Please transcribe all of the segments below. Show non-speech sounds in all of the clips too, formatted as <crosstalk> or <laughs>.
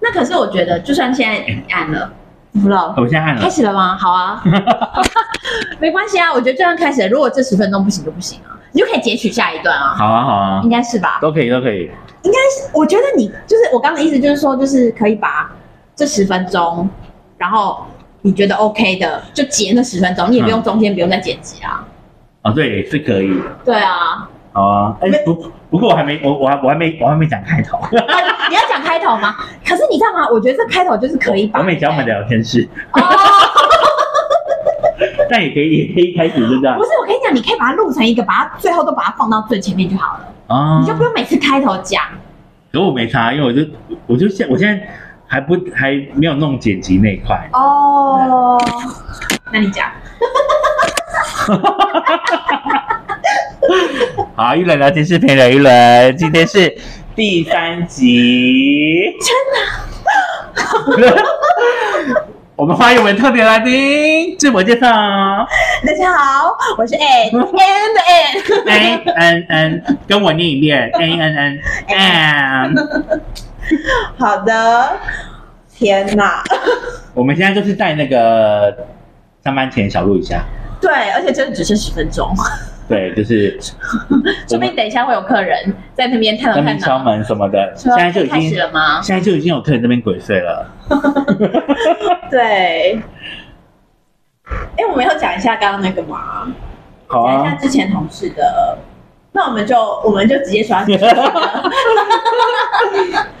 那可是我觉得，就算现在按了，不知道哦我现在按开嗯了，始了吗？好 <laughs> 啊， <laughs> 没关系啊，我觉得就算开始了，如果这十分钟不行就不行啊，你就可以截取下一段啊，好啊好啊，应该是吧？都可以都可以，应该是，我觉得你就是我刚刚的意思，就是说，就是可以把这十分钟，然后你觉得 OK 的，就截那十分钟，你也不用中间不用再剪辑啊。哦对是可以，对 <laughs> 啊，好啊，哎、不不过我还没我我还我还没我还没讲 <laughs> 开头，哎你要讲开头吗？可是你知道吗？我觉得这开头就是可以把我没讲我们的聊天室，哦，但也可以也可以开始就这样不是，我跟你讲，你可以把它录成一个，把它最后都把它放到最前面就好了，啊你就不用每次开头讲。可我没差，因为我就我就现我现在还不还没有弄剪辑那一块，哦，那你讲，好，一轮聊天室陪了一轮，今天是第三集，真的。 <laughs> 我们欢迎我们特别来宾自我介绍，大家好，我是 <laughs> N N 的 N， a n n，跟我念一遍 a n n n。好的，天哪，我们现在就是在那个上班前小录一下，对，而且真的只剩十分钟，对，就是说不定等一下会有客人在那边探头那探边敲脑。门什么的，现说在就已开经始了吗？现在就已经有客人这边鬼祟了。对。哎，我们要讲一下刚刚那个嘛，好讲一下啊，之前同事的。那我们就我们就直接刷 <laughs>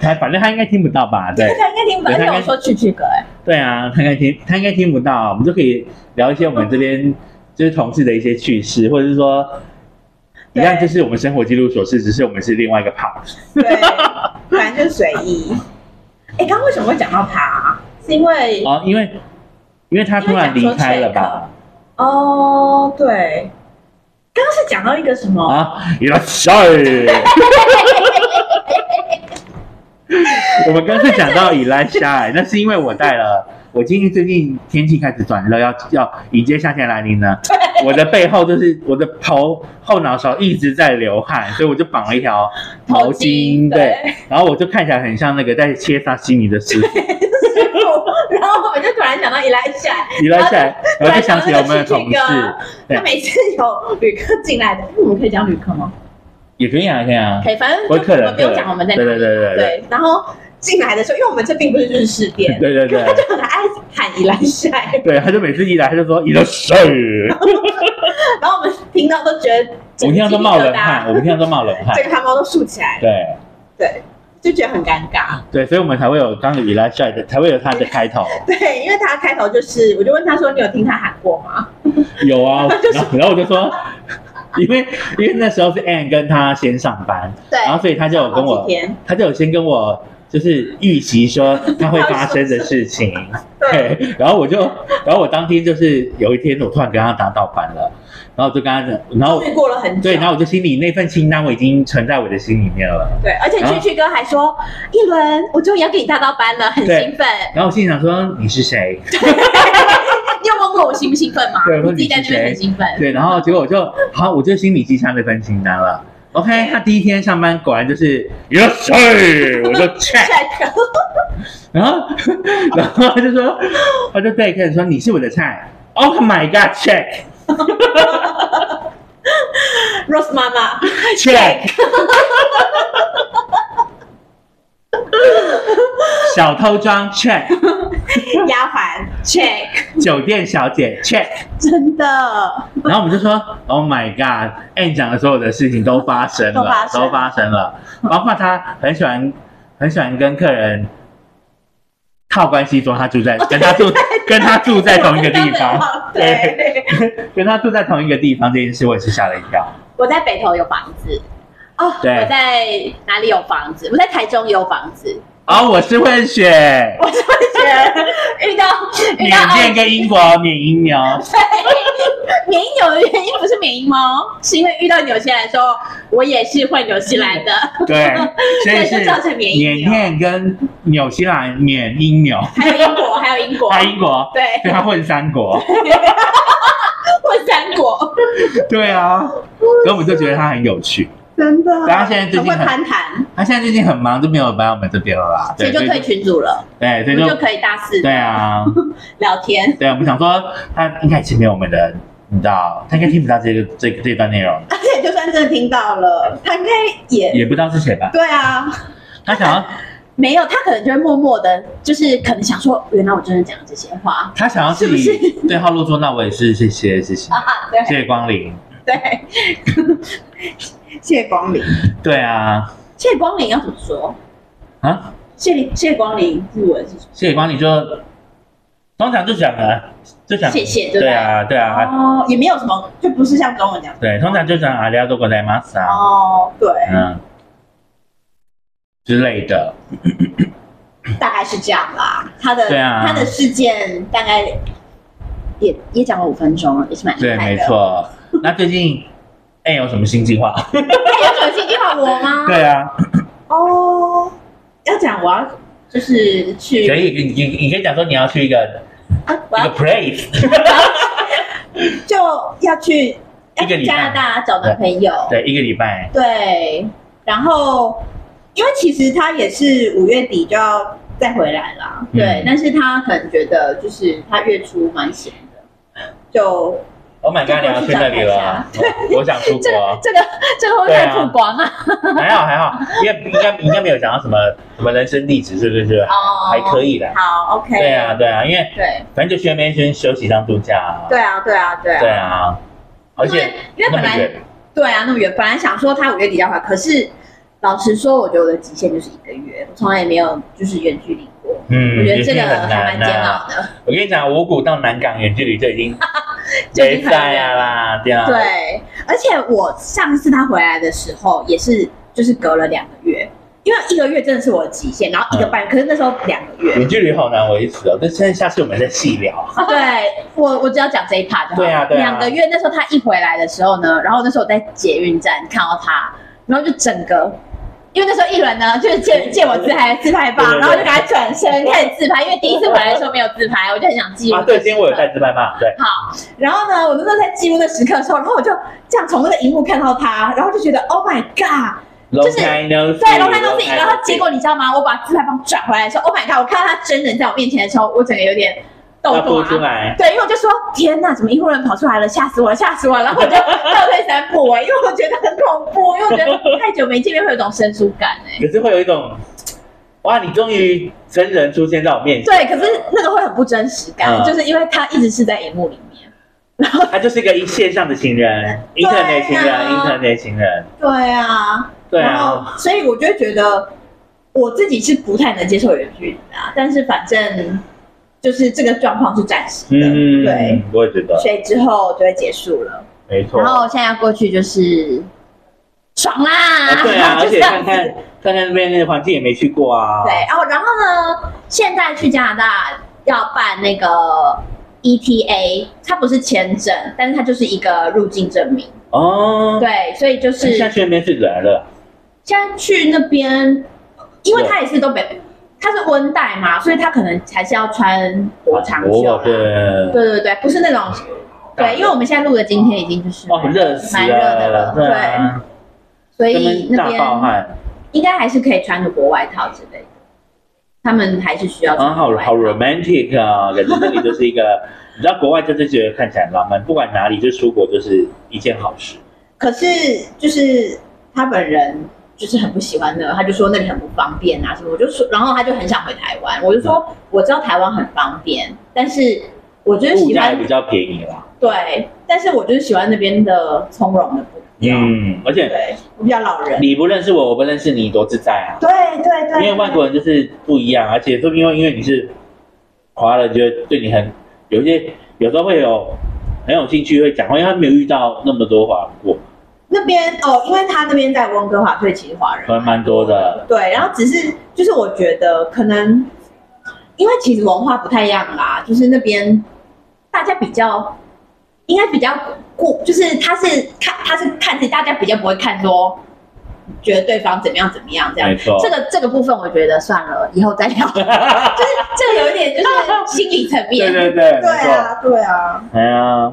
他反正他应该听不到吧？对。他应该听不懂，而且我说去去哥，哎，对啊，他应该听，他应该听不到，我们就可以聊一些我们这边就是同事的一些趣事，或者是说，一对样就是我们生活记录琐事，只是我们是另外一个 part。 <laughs> 对，反正就随意。哎，刚刚为什么会讲到他啊？是因为哦，因为因为他突然离开了吧？哦，对，刚刚是讲到一个什么？啊，一来笑。我们刚才讲到以来下，那是因为我带了。我今天最近天气开始转热，要要迎接夏天来临呢。我的背后就是我的头后脑勺一直在流汗，所以我就绑了一条毛头巾，巾对然后我就看起来很像那个在切沙西米的师傅。师傅， <laughs> 然后我们就突然想到伊莱夏，以来下，然后就想起突然想到 <laughs> 我们的同那个事，对他每次有旅客进来的，我们可以讲旅客吗？也可以啊，可以啊，可以，反正我就可我能们不用讲我们在哪对对里。对对对对，然后进来的时候，因为我们这并不是日式店，对 <laughs> 对可对他。就很爱喊伊莱夏，对，他就每次一来，他就说 “you know <laughs> 然后我们听到都觉得我整们鸡皮疙听瘩，到都冒冷汗，我们听到都冒冷汗整。个汗毛都竖起来，对对，就觉得很尴尬。对，所以我们才会有刚刚以来帅的，才会有他的开头。对，因为他开头就是，我就问他说：“你有听他喊过吗？”有啊，然后然后我就说，因为因为那时候是 Ann 跟他先上班，对，然后所以他就有跟好我几，天，他就有先跟我就是预习说他会发生的事情。 <laughs> 对，对，然后我就，然后我当天就是有一天我突然跟他打到班了，然后我就跟他讲，然后终于过了很久，对，然后我就心里那份清单我已经存在我的心里面了。对而且然后蛐蛐哥还说：“一轮，我终于要给你大到班了，很对兴奋。 <laughs> 然后我心里想说你是谁？你有问过我兴不兴奋吗？对我说你自己在你那是边很谁兴奋。对，然后结果我就好，我就心里记下那份清单了。OK，他第一天上班果然就是 Yes sir，我就 <laughs> check， <laughs> check 然后 <laughs> 然后他就说，他就对客人说你是我的菜。Oh my god, <laughs> check Rose 妈妈， <laughs> check。小偷装 check，丫鬟 check，酒店小姐 check，真的，然后我们就说 Oh my God，Ann 讲的所有的事情都发生了，都发生了都发生了，包括他很喜欢很喜欢跟客人靠关系，说他住在跟他住跟他住在同一个地方，对哦对，跟他住在同一个地方这件事，我也是吓了一跳。 <laughs> 我在北投有房子。哦，我对在哪里有房子？我在台中也有房子。哦，我是混血， <laughs> 我就觉得遇到遇缅到甸跟英国缅因牛， <laughs> 缅因纽的原因不是缅因猫，是因为遇到纽西兰的时候，我也是会纽西兰 <laughs> 的， <laughs> 对，所以对，是就造成缅因缅纽。甸跟纽西兰缅因牛，还有英国，还有英国，他英国，对，对他混三国。或三国，对啊，所以我们就觉得他很有趣。真的。大家现在最很近会很，攀谈，他现在最近很忙，就没有来我们这边了啦。所对，以就退群组了，对，所我以们就就可以大肆对啊，聊天。 <laughs> 对啊，我们想说他应该是没有我们的，你知道，他应该听不到这个这个这段内容，而且就算真的听到了，他应该也也不知道是谁吧？对啊，他想要没有，他可能就会默默的，就是可能想说，原来我真的讲了这些话他想要自是己 <laughs> 对号入座，那我也是，谢谢谢 <laughs> 谢啊，啊，对谢谢光临。 <laughs> 对。谢谢光临，对啊，谢光临要怎么说？啊，谢谢光临日文是什么？谢谢光临就通常就讲了，就讲谢谢，对不对对？啊对啊哦，也没有什么，就不是像中文讲对，通常就讲阿里亚多国在马斯啊，哦，对，嗯之类的。大概是这样啦。他的嗯对啊他的事件大概也也讲了五分钟了，也是蛮厉对，害没的。错。那最近哎有什么新计划？啊那有准心计划我吗？对啊，哦，要讲我要就是去可以，你你你可以讲说你要去一个啊，我一要个 place，就要去要一个去礼加拜拿大找男朋友，对，一个礼拜，对，然后因为其实他也是五月底就要再回来啦，嗯对，但是他可能觉得就是他月初蛮闲的，就 Oh my god，你要去那里了，我我想出这国个。 <laughs> 这个这个会不对会啊曝光啊？还好还好，应该应该应该没有讲到什么什么人生地址，是不是？哦啊还可以的。好，OK，对啊，对啊，因为对，反正就去那边先休息当度假啊。对啊，对啊，对啊，对啊，而因为且因为那本么来远，对啊那么远，本来想说他五月底要回来，可是老实说，我觉得我的极限就是一个月，我从来也没有就是远距离过。嗯，我觉得也这是个很还难蛮煎呐。熬的，我跟你讲，五谷到南港远距离就已经 <laughs> 就已经很在远啊了啦，对啊，对，而且我上次他回来的时候也是，就是隔了两个月，因为一个月真的是我的极限，然后一个半，可是那时候两个月。远距离好难维持哦。但现在下次我们再细聊。对我，我只要讲这一 part 就好。对啊对啊两个月那时候他一回来的时候呢，然后那时候我在捷运站看到他，然后就整个。因为那时候艺人呢，就是借借我自拍自拍棒，对对对然后就给他转身开始自拍，因为第一次回来的时候没有自拍，我就很想记录。啊，对，今天我有带自拍棒，对，好，然后呢，我那时候在记录那时刻的时候，然后我就这样从那个荧幕看到他，然后就觉得 Oh my God，龙是潭都对，龙潭东西。然后结果你知道吗？我把自拍棒转回来的时候，Oh my God！我看到他真人在我面前的时候，我整个有点抖要播出啊。来，对，因为我就说天哪，怎么医护人员跑出来了，吓死我了，吓死我了！然后我就倒退三步哎、因为我觉得很恐怖，因为我觉得太久没见面会有种生疏感哎、可是会有一种，哇，你终于真人出现在我面前，对，可是那个会很不真实感，嗯就是因为他一直是在荧幕里面。 <laughs> 他就是一个一线上的情人，internet 啊情人，internet 情人，对啊，对然啊，后，所以我就会觉得我自己是不太能接受远距离的啊，但是反正就是这个状况是暂时的，嗯，对，，我也觉得，所以之后就会结束了。没错然。后现在要过去就是爽啊啦，对啊， <laughs> 就这而且样看子看看看那边那个环境也没去过啊，对，然后然后呢，现在去加拿大要办那个 ETA，它不是签证，但是它就是一个入境证明。哦，对，所以就是现在去那边是来了，现在去那边，因为他也是东北，他是温带嘛，所以他可能还是要穿薄长袖啦。我啊哦对，对对对，不是那种对，因为我们现在录的今天已经就是哦，热死蛮热的了了，对啊，所这以边那大暴边汗，应该还是可以穿个薄外套之类的。他们还是需要啊，穿好薄外套好 romantic 啊，感觉那里就是一个， <laughs> 你知道国外就是觉得看起来很浪漫，不管哪里就出国就是一件好事，可是就是他本人就是很不喜欢那个，他就说那里很不方便啊什么，我就说，然后他就很想回台湾，我就说嗯我知道台湾很方便，但是我就是物喜价欢也比较便宜啦，对，但是我就是喜欢那边的从容的步调。嗯，而且对，我比较老人。你不认识我，我不认识你，多自在啊。对对对，因为外国人就是不一样，而且说因为因为你是华人，就会对你很有一些有时候会有很有兴趣会讲话，因为他没有遇到那么多华人过，那边哦，因为他那边在温哥华，所以其实华人还蛮多的。对，然后只是就是我觉得可能，因为其实文化不太一样啦，就是那边大家比较应该比较顾，就是他是看他是看自己，大家比较不会看说觉得对方怎么样怎么样这样没。错这，个这个部分我觉得算了，以后再聊。就是这个有一点就是心理层面。对对对，对没错。啊，对啊，哎呀，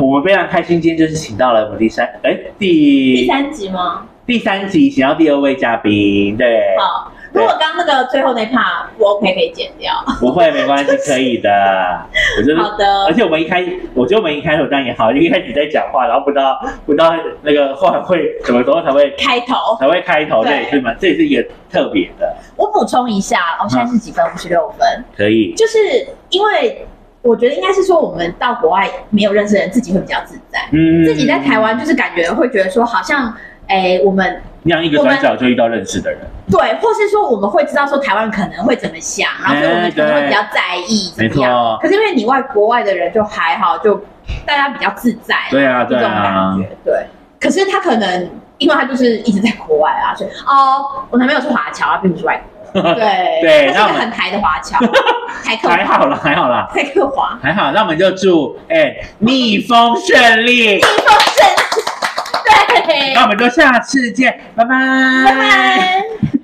我们非常开心，今天就是请到了我们第三哎第第三集吗？第三集请到第二位嘉宾，对，好，如果刚刚那个最后那 part 不 OK 可以剪掉。不会没关系，可 <laughs> 以的。我就是，好的而，且我们一开，我觉得我们一开头这样也好，因为一开始在讲话，然后不知道不知道那个话会什么时候才会开头才会开头，这对也是蛮，这也是一个特别的，我补充一下，哦，现在是几分？五十六分。可以，就是因为我觉得应该是说，我们到国外没有认识的人，自己会比较自在。嗯自己在台湾就是感觉会觉得说，好像哎、我们那样一个转角就遇到认识 <laughs> 的人，对，或是说我们会知道说台湾可能会怎么想，然哎后所以我们可能会比较在意怎没么错，样。可是因为你外国外的人就还好，就大家比较自在，对啊，这对种感啊，觉。对，可是他可能因为他就是一直在国外啊，所以哦，我男朋友是华侨，他并不是外国 <laughs> 人。对，对他是那我一个们很台的华 <laughs> 侨，台客还华，好啦，还好啦，台客华，还好，那我们就祝哎、逆风顺利，逆风 <laughs> 顺，对，那我们就下次见，拜拜拜。